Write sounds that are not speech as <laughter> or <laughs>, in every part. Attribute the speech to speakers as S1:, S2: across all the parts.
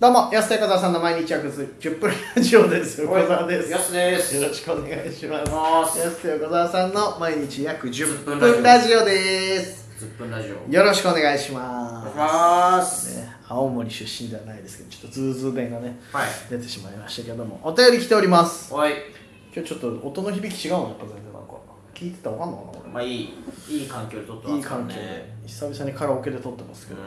S1: どうも、安田横澤さんの毎日約10分ラジオです。横澤です。
S2: や
S1: よ
S2: すです。
S1: ろしくお願いします。
S2: ます
S1: 安田横澤さんの毎日約10
S2: 10
S1: 分
S2: 分
S1: ラ
S2: ラ
S1: ジオです。
S2: ずっぷんラジオ。
S1: よろしくお願いしま
S2: ます
S1: す。。ね、青森出身ではないですけど、ちょっとズーズー弁がね、
S2: はい。
S1: 出てしまいましたけども、お便り来ております。
S2: おい、
S1: 今日ちょっと音の響き違うのやっぱ全然なんか、聞いてたらわかんのかな、
S2: まあいい、いい環境で撮って
S1: 俺。い
S2: ま
S1: い
S2: すから
S1: 環境で
S2: ね。
S1: 久々にカラオケで撮ってますけど、
S2: う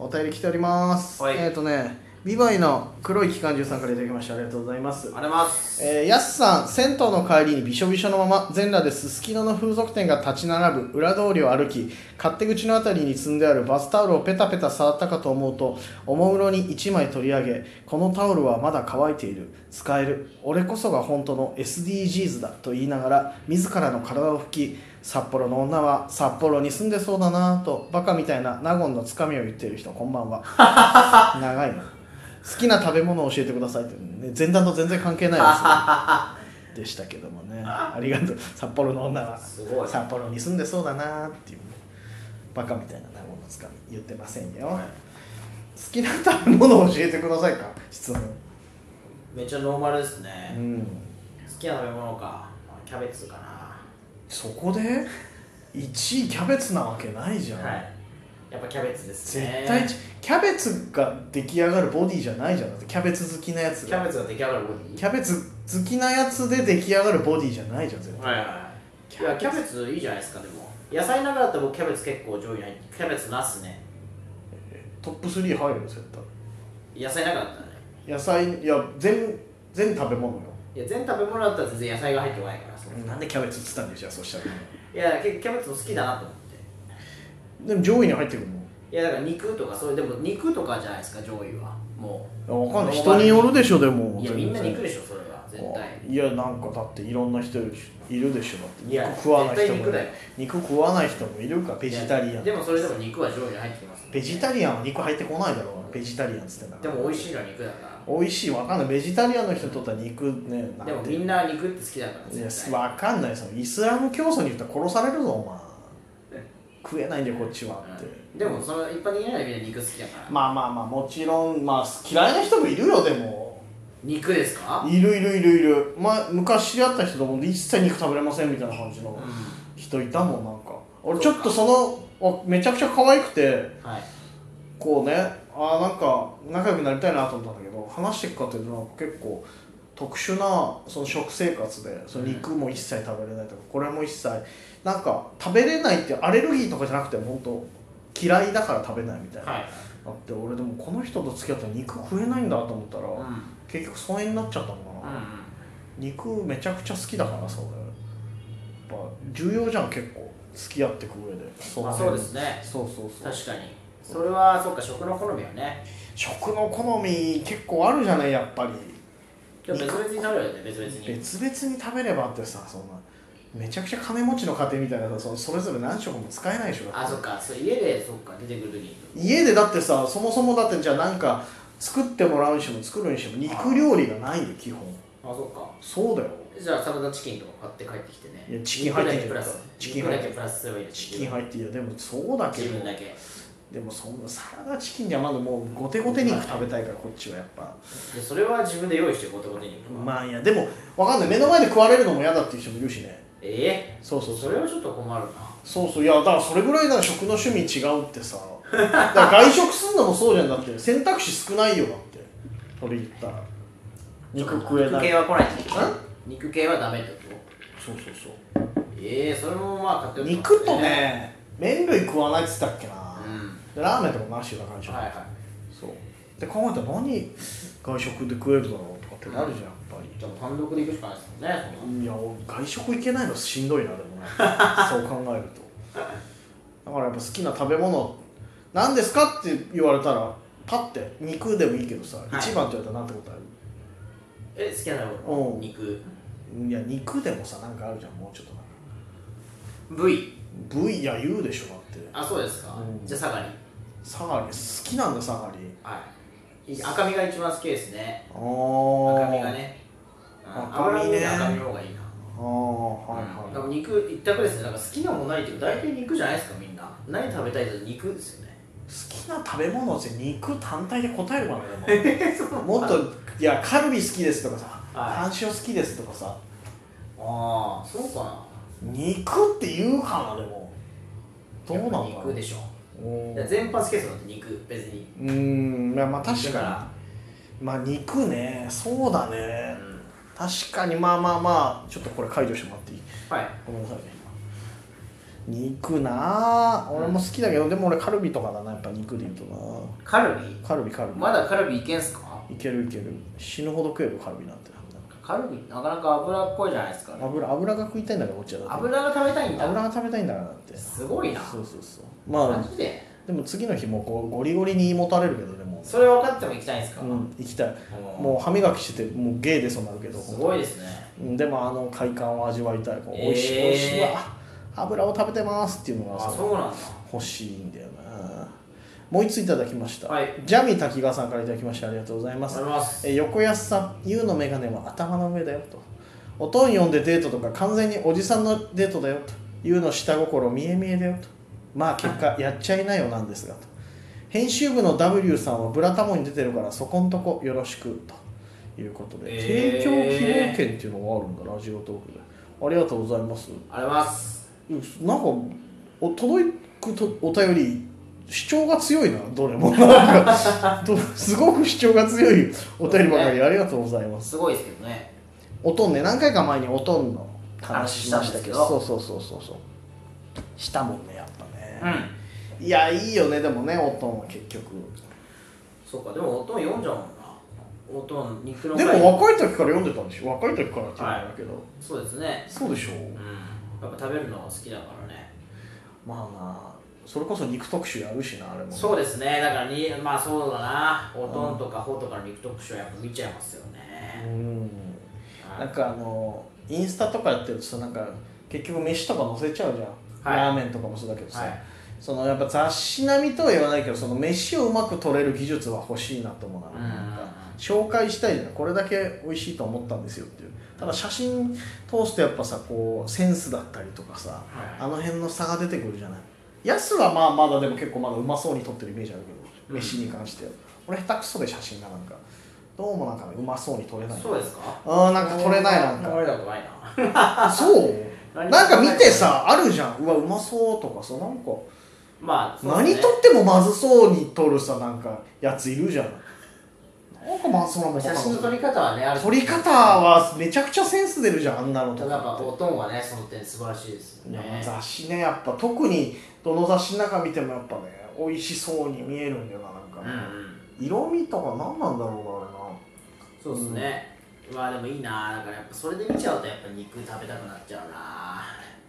S1: お便り来ております。
S2: はい
S1: えっ、とね、ビバイの黒い機関銃さんからいただきました。ありがとうございます
S2: ん。あ。れます。
S1: えー、やすさん銭湯の帰りにびしょびしょのまま全裸ですすきのの風俗店が立ち並ぶ裏通りを歩き勝手口のあたりに積んであるバスタオルをペタペタ触ったかと思うとおもむろに1枚取り上げこのタオルはまだ乾いている使える俺こそが本当の SDGs だと言いながら自らの体を拭き札幌の女は札幌に住んでそうだなぁとバカみたいな納言のつかみを言っている人こんばんは長いな好きな食べ物を教えてくださいって、ね、前段と全然関係ないですねでしたけどもねありがとう札幌の女は
S2: すごい
S1: 札幌に住んでそうだなっていうバカみたいな名ものつかみ言ってませんよ、
S2: は
S1: 好きな食べ物を教えてくださいか質問
S2: いめっちゃノーマルです
S1: う
S2: ね。
S1: ん
S2: 好きな食べ物か。キャベツかな。
S1: そこで1位キャベツなわけないじゃん、
S2: はい。やっぱキャベツです
S1: 絶
S2: ね。
S1: 対一キャベツが出来上がるボディじゃないじゃんだってキャベツ好きなやつ
S2: キャ
S1: が
S2: ベツが出来上がるボディ
S1: キャベツ好きなやつで出来上がるボディじゃないじゃん絶対
S2: はいはい。いや、キャベツいいじゃないですか、でも。野菜ながらだと僕キャベツ結構上位に入って、キャベツなすね。
S1: トップ3入るよ絶対
S2: 野菜ながらだったらね。
S1: 野菜いや全全食べ物よ
S2: いや、全食べ物だったら全然野菜が入ってこないから、その
S1: なんでキャベツっつったんでしょそしたら
S2: いや、結構キャベツも好きだなと思って。
S1: でも上位に入ってくるの
S2: いや、だから肉とか、そういう、でも肉とかじゃないですか、上位は。もう。
S1: わかんない人によるでしょでも
S2: いや、みんな肉
S1: で
S2: でしょ、それは。絶対。
S1: いやなんかだっていろんな人いるでしょだって
S2: いや
S1: 肉食わない人も
S2: 絶対肉だよ
S1: 肉食わない人もいるかベジタリ
S2: い
S1: ア
S2: や
S1: ン
S2: でもそれでも肉は上位に入ってきます、
S1: ベジタリアンは肉入ってこないだろうベジタリアンっつってんだか
S2: で
S1: ら
S2: も美味しいのは肉だか
S1: 美味しいわかんないベジタリアンの人にとっては肉ねな
S2: ら。
S1: んて
S2: でもみんな肉って好きだから、
S1: いや
S2: 絶対。
S1: わかんないそのイスラム教祖に言ったら殺されるぞお前食えないんでこっちはって、
S2: うんでも、その一般的にはみんな肉好きだから。
S1: まあまあまあもちろんまあ嫌いな人もいるよでも
S2: 肉ですか
S1: いるいるいるいる、ま、昔知り合った人とも一切肉食べれませんみたいな感じの
S2: う
S1: 人いたもんなんか俺ち
S2: そ
S1: ょっ
S2: うか
S1: とそのあめちゃくちゃ可愛くて
S2: ん。はい。
S1: こうねあーなんか仲良くなりたいなと思ったんだけど話していくかというとなんか結構特殊なその食生活でその肉も一切食べれないとかこれも一切なんか食べれないってアレルギーとかじゃなくて本当嫌いだから食べないみたいな、
S2: はい。
S1: あって俺でもこの人と付き合ったら肉食えないんだと思ったら、
S2: うん。うん
S1: 結局疎遠になっちゃったのかな、肉めちゃくちゃ好きだからそうだよやっぱ重要じゃん結構付き合ってく上で
S2: う
S1: そ
S2: ん。
S1: う
S2: まあそうですね。
S1: そうそうそう
S2: 確かに。それは、そっか、食の好みはね。
S1: 食の好み結構あるじゃないやっぱり
S2: でも別々に食べるよね、別々に。
S1: 別々に食べればってさそんなめちゃくちゃ金持ちの家庭みたいなさそそれぞれ何食も使えないでしょ
S2: あそっかそう家でそっか出てくるときに
S1: 家でだってさそもそもだってじゃあなんか作ってもらうにしても作るにしても肉料理がないよ基本
S2: あそっか
S1: そうだよ
S2: じゃあサラダチキンとか買って帰ってきてね
S1: いやチキン入ってる
S2: 肉だけプラス
S1: チキン入
S2: 肉
S1: っ
S2: だ
S1: てる
S2: けプラスすればいいの
S1: チキン入っていやでもそうだけ
S2: 自
S1: ど
S2: 分だけ
S1: でもそんなサラダチキンじゃまだもうゴテゴテ肉食べたいからこっちはやっぱ
S2: でそれは自分で用意してごとごとに
S1: まあいやでもわかんない目の前で食われるのも嫌だっていう人もいるしね
S2: ええ
S1: そうそうそ
S2: そうれはちょっと困るな
S1: そうそういやだからそれぐらいだから食の趣味違うってさだから外食すんのもそうじゃんだって選択肢少ないよだって俺言ったら肉食え
S2: 肉
S1: ない
S2: 系は来ないってこと
S1: ん
S2: 肉系はダメってこ
S1: そ
S2: と
S1: うそうそう
S2: ええそれもまあ買ってる
S1: 肉とね麺類食わないっつったっけな
S2: う、ん
S1: でラーメンとかなしような感じ
S2: はいはい
S1: そうで考えたら何外食で食えるだろうとかってなるじゃんやっぱり
S2: じゃあ単独で行くしかないですもんねそんない
S1: や外食行けないのしんどいなでもな <laughs> そう考えるとだからやっぱ好きな食べ物何ですかって言われたらパッて肉でもいいけどさ、
S2: い
S1: 一番って言われたら何て答
S2: え好きな
S1: う
S2: の
S1: ん
S2: 肉
S1: えるいや肉でもさなんかあるじゃんもうちょっとなんか
S2: V
S1: 部位や言うでしょだって
S2: あそうですか
S1: うん
S2: じゃあサガリ
S1: サガリ好きなんだサガリ
S2: はいい赤身が一番好きですね
S1: あ
S2: 赤
S1: あ
S2: 身がねうん
S1: 赤身ね
S2: 脂身より赤身の方がいいな
S1: ああはい
S2: うんで
S1: は
S2: も肉一択ですねだから好きなものないっていうか大体肉じゃないですかみんな何食べたいって言うと肉ですよね
S1: いきな食べ物って肉単体で答えるか <laughs> なでももっといやカルビ好きですとかさ
S2: は
S1: タン塩好きですとかさ
S2: ああそうかな
S1: 肉って言うかなでもどうなんだろ
S2: やっぱ
S1: う
S2: 肉でしょ
S1: お
S2: いや
S1: ー
S2: 全般好きですよだって肉別に
S1: うーんまあまあ確か
S2: だ
S1: らにまあ肉ねそうだね
S2: うん
S1: 確かにまあまあまあちょっとこれ解除してもらっていい
S2: はい
S1: ごめんなさいね肉なあ俺も好きだけどでも俺カルビとかだなやっぱ肉で言うとな
S2: カルビ
S1: カルビカルビ
S2: まだカルビいけんすか
S1: いけるいける死ぬほど食えるカルビなんて
S2: カルビなかなか脂っこいじゃないですか、ね、
S1: 油油が食いたいんだからこっちはだって
S2: 油が食べたいんだ
S1: 油が食べたいんだからだって
S2: すごいな
S1: そうそうそうま
S2: マ
S1: あ
S2: ジで
S1: でも次の日もこうゴリゴリに胃もたれるけどでも
S2: それ分かっても行きたいんですか、
S1: うん行きたい
S2: も
S1: もう歯磨きしててもうゲー出そうになるけ
S2: う
S1: ど
S2: すごいですね
S1: うんでもあの快感を味わいたいこう美味しい、
S2: えー
S1: 美味しいわあ油を食べてますっていうのが
S2: あ
S1: さ
S2: そうなんだ
S1: 欲しいんだよなもう一ついただきました、
S2: はい
S1: ジャミ滝川さんからいただきましてありがとうございま
S2: あ
S1: す
S2: ります
S1: え横安さん「優の眼鏡は頭の上だよ」と「おとん呼んでデートとか完全におじさんのデートだよ」と「優の下心見え見えだよ」と「まあ結果やっちゃいなよ」なんですがと編集部の W さんは「ブラタモに出てるからそこんとこよろしく」ということで、
S2: え
S1: 提
S2: ー
S1: 供希望券っていうのがあるんだラジオトークでありがとうございます
S2: あります
S1: うんなんかお届くとお便り主張が強いなどれも <laughs> なんかどすごく主張が強いお便りばかりありがとうございます
S2: すごいですけどね
S1: おとんね何回か前におとんの話
S2: 話
S1: し
S2: し
S1: ま
S2: ま
S1: し
S2: したた
S1: け
S2: け
S1: ど
S2: ど
S1: そうそうそうそうそうしたもんねやっぱ
S2: う
S1: ね、
S2: ん
S1: いやいいよねでもねおとんは結局
S2: そうかでも音読んじゃうもんな音肉の
S1: で
S2: 回
S1: も若い時から読んでたんでしょ若い時からって言うんだけど、
S2: そうですね
S1: そうでしょ
S2: うんやっぱ食べるのが好きだからね
S1: まあまあそれこそ肉特集やるしなあれもね
S2: そうですねだからにまあそうだなおとんとかほとかの肉特集はやっぱ見ちゃいますよ
S1: う
S2: ね
S1: ん
S2: は
S1: なん
S2: い
S1: かあのインスタとかやってるとさなんか結局飯とか載せちゃうじゃん、
S2: はい
S1: ラーメンとかもそうだけどさ、
S2: はい
S1: そのやっぱ雑誌並みとは言わないけどその飯をうまく取れる技術は欲しいなと思うな,、
S2: うん
S1: なんか紹介したいじゃんこれだけ美味しいと思ったんですよっていうただ写真通すとやっぱさこうセンスだったりとかさ
S2: はい
S1: あの辺の差が出てくるじゃないやすはまあまだでも結構まだうまそうに撮ってるイメージあるけ
S2: う
S1: ど
S2: ん
S1: 飯に関しては俺下手くそで写真がなんかどうもなんかうまそうに撮れない
S2: そうですか
S1: うんなんか撮れないなんか
S2: 撮れたことないな
S1: そう
S2: 何
S1: なんか見てさあるじゃんうわうまそうとかさなんか
S2: まあそうで
S1: 何
S2: すね
S1: 撮ってもまずそうに撮るさなんかやついるじゃんなんかまずそうなもん
S2: 写真の撮り方はねある
S1: 撮り方はめちゃくちゃセンス出るじゃんあんなのと
S2: ただやっぱ
S1: か
S2: おとんはねその点素晴らしいですよ
S1: いや
S2: ね
S1: 雑誌ねやっぱ特にどの雑誌の中見てもやっぱね美味しそうに見えるんだよな
S2: うん
S1: なんか、
S2: うん
S1: 色味とか何なんだろうなあれな
S2: そうですねまあでもいいなだからやっぱそれで見ちゃうとやっぱ肉食べたくなっちゃうな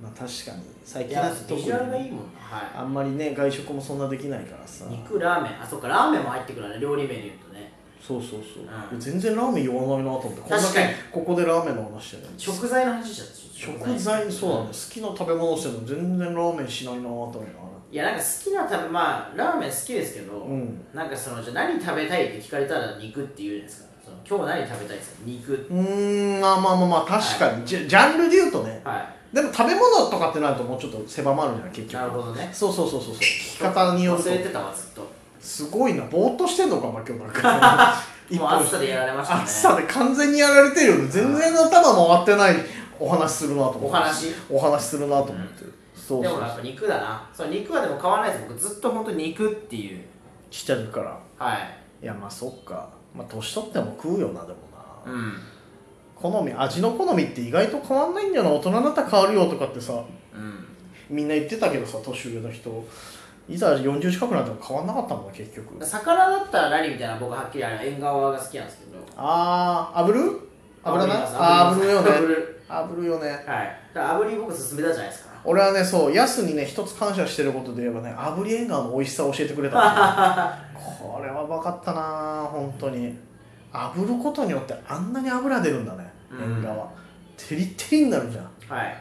S1: まあ確かに最
S2: い
S1: 近
S2: や
S1: は
S2: ビ
S1: 特に
S2: ジュアルがいいもんなはい
S1: あんまりね外食もそんなできないからさ
S2: 肉ラーメンあそっかラーメンも入ってくるわね料理名で言うとね
S1: そうそうそう、
S2: うん
S1: 全然ラーメン言わないなと思ってこんだけ
S2: 確かに
S1: ここでラーメンの話してね
S2: 食材の話しちゃった
S1: 食材そうだね好きな食べ物してるの全然ラーメンしないなと思うない
S2: やなんか好きな食べまあラーメン好きですけど、
S1: うん
S2: なんかそのじゃあ何食べたいって聞かれたら肉って言うじゃないですかその今日何食べたいですか肉
S1: うーんあまあまあまあ確かに、ジャジャンルで言うとね
S2: は
S1: でも食べ物とかってなるともうちょっと狭まるんじゃない結
S2: い
S1: 局
S2: なるほどね
S1: そうそうそうそうそう聞き方によると
S2: 忘れてたわずっと
S1: すごいなぼーっとしてんのかお前今日なんか
S2: もう暑さでやられましたね
S1: 暑さで完全にやられてるよね全然頭回ってないお話するなと思って
S2: お話
S1: お話するなと思って、そう
S2: で
S1: そう
S2: もやっぱ肉だなその肉はでも買わないです僕ずっと本当に肉っていう
S1: ちっちゃい時から
S2: はい
S1: いやまあそっかまあ年取っても食うよなでもな、
S2: うん
S1: 好み味の好みって意外と変わんないんだよな大人になったら変わるよとかってさ
S2: うん
S1: みんな言ってたけどさ年上の人いざ40近くなっても変わんなかったもんな結局
S2: 魚だったら何みたいな僕はっきりあの縁側が好きなんですけど
S1: あー炙る油なあ
S2: 炙
S1: ー
S2: り
S1: 炙るよ
S2: ます
S1: ね
S2: 炙る
S1: 炙るよね
S2: はい。だから炙り僕勧めたじゃないですか。
S1: 俺はねそうヤスにね一つ感謝してることで言えばね炙り縁側の美味しさを教えてくれたんですよこれは分かったな本当に炙ることによってあんなに油出るんだね
S2: うん
S1: 縁側、テリテリになるじゃん
S2: はい。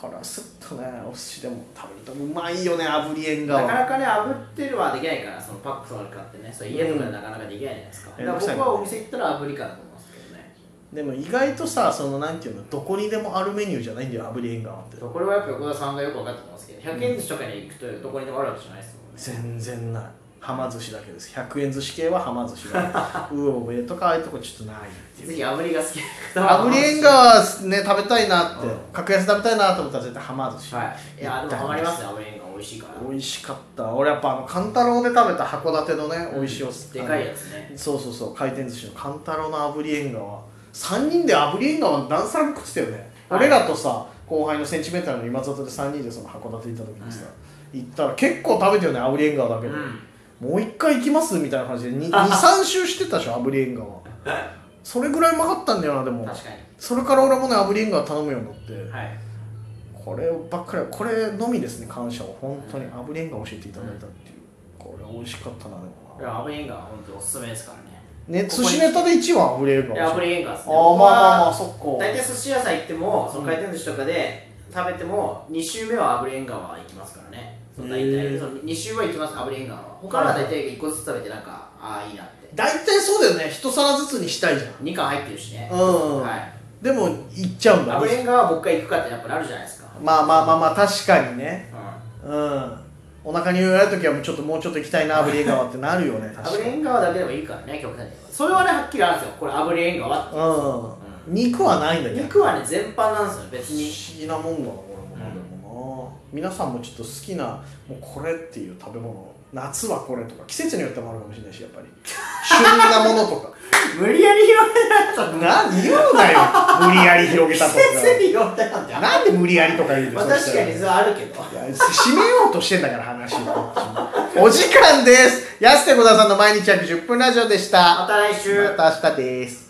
S1: これはスッとねお寿司でも食べるとうまいよね炙り縁
S2: な
S1: 側
S2: かなかね、炙ってるはできないから、そのパックとか買ってね、そう家とかでなかなかできないじゃないですか。
S1: うん
S2: だから僕はお店行ったら炙りかなと思いますけどね。
S1: でも意外とさそのなんていうのどこにでもあるメニューじゃないんだよ炙り縁側って
S2: そうこれはやっぱ横田さんがよく分かってますけど、100円寿司とかに行くとどこにでもあるわけじゃないですもんね。
S1: 全然ないはま寿司だけです100円寿司系ははま寿司だ
S2: <laughs>
S1: ウーオベとかああいうとこちょっとないっていう
S2: 次炙りが好きな人
S1: 炙り縁側ね食べたいなって
S2: うん
S1: 格安食べたいなと思ったら絶対はま寿司、
S2: はいいやでもハマりますね炙りが美味しいから
S1: 美味しかった俺やっぱあの勘太郎で食べた函館のね美味しいお寿司
S2: でかいやつね
S1: そうそうそう回転寿司の勘太郎の炙り縁側3人で炙り縁側何皿も食ってたよね、
S2: はい
S1: 俺らとさ後輩のセンチメーターの今里で3人でその函館行った時にさ、行ったら結構食べてよね炙り縁側だけ
S2: う
S1: で、
S2: ん
S1: もう一回行きますみたいな感じで23
S2: <laughs>
S1: 周してたでしょ炙り縁側それぐらいうまかったんだよなでも
S2: 確か
S1: それから俺もね炙り縁側頼むようになって、
S2: にはい
S1: こればっかりはこれのみですね感謝を本当に炙り縁側教えていただいたっていう、これ美味しかったなでもない
S2: や炙り縁側本当おすすめですからね
S1: ね、
S2: ここ
S1: 寿
S2: に
S1: 司ネタで1話炙り縁
S2: い
S1: 側
S2: や炙り縁側ですね
S1: ああまあまあまあそっ
S2: 僕は
S1: か
S2: 大体寿司屋さん行ってもその回転寿司とかで食べても2周目は炙り縁側は行きますからねその大
S1: へ
S2: 体
S1: ー
S2: その2周は行きます炙り縁側は他のは大体1個ずつ食べてなんかああいいなって
S1: 大体そうだよね一皿ずつにしたいじゃん
S2: 2貫入ってるしね
S1: うん
S2: はい
S1: でも行っちゃうんだ
S2: 炙り縁側はもう一回行くかってやっぱなるじゃないですか
S1: まあまあまあまあ確かにね
S2: う
S1: うんお腹に余裕ある時はもうちょっともうちょっと行きたいな炙り縁側ってなるよね
S2: ん炙
S1: 確
S2: り
S1: かに
S2: 縁側だけでもいいからね極端にそれはねはっきりあるんですよこれ炙り縁側って
S1: うん肉はないんだけど
S2: 肉はね全般なんですよ別に
S1: 不思議なもんだなこれもなでもな、皆さんもちょっと好きなもうこれっていう食べ物夏はこれとか季節によってもあるかもしれないしやっ
S2: <laughs>
S1: ぱり旬なものとか
S2: 無理やり広げなかった
S1: な言うなよ無理やり広げたと
S2: 先生に呼んでたん
S1: か
S2: だよ
S1: なんで無理やりとか言うの
S2: まあ
S1: そし
S2: 確
S1: た
S2: からにそれはあるけど
S1: いや締めようとしてんだから話をお時間です安手小田さんの毎日約10分ラジオでした
S2: また来週
S1: また明日です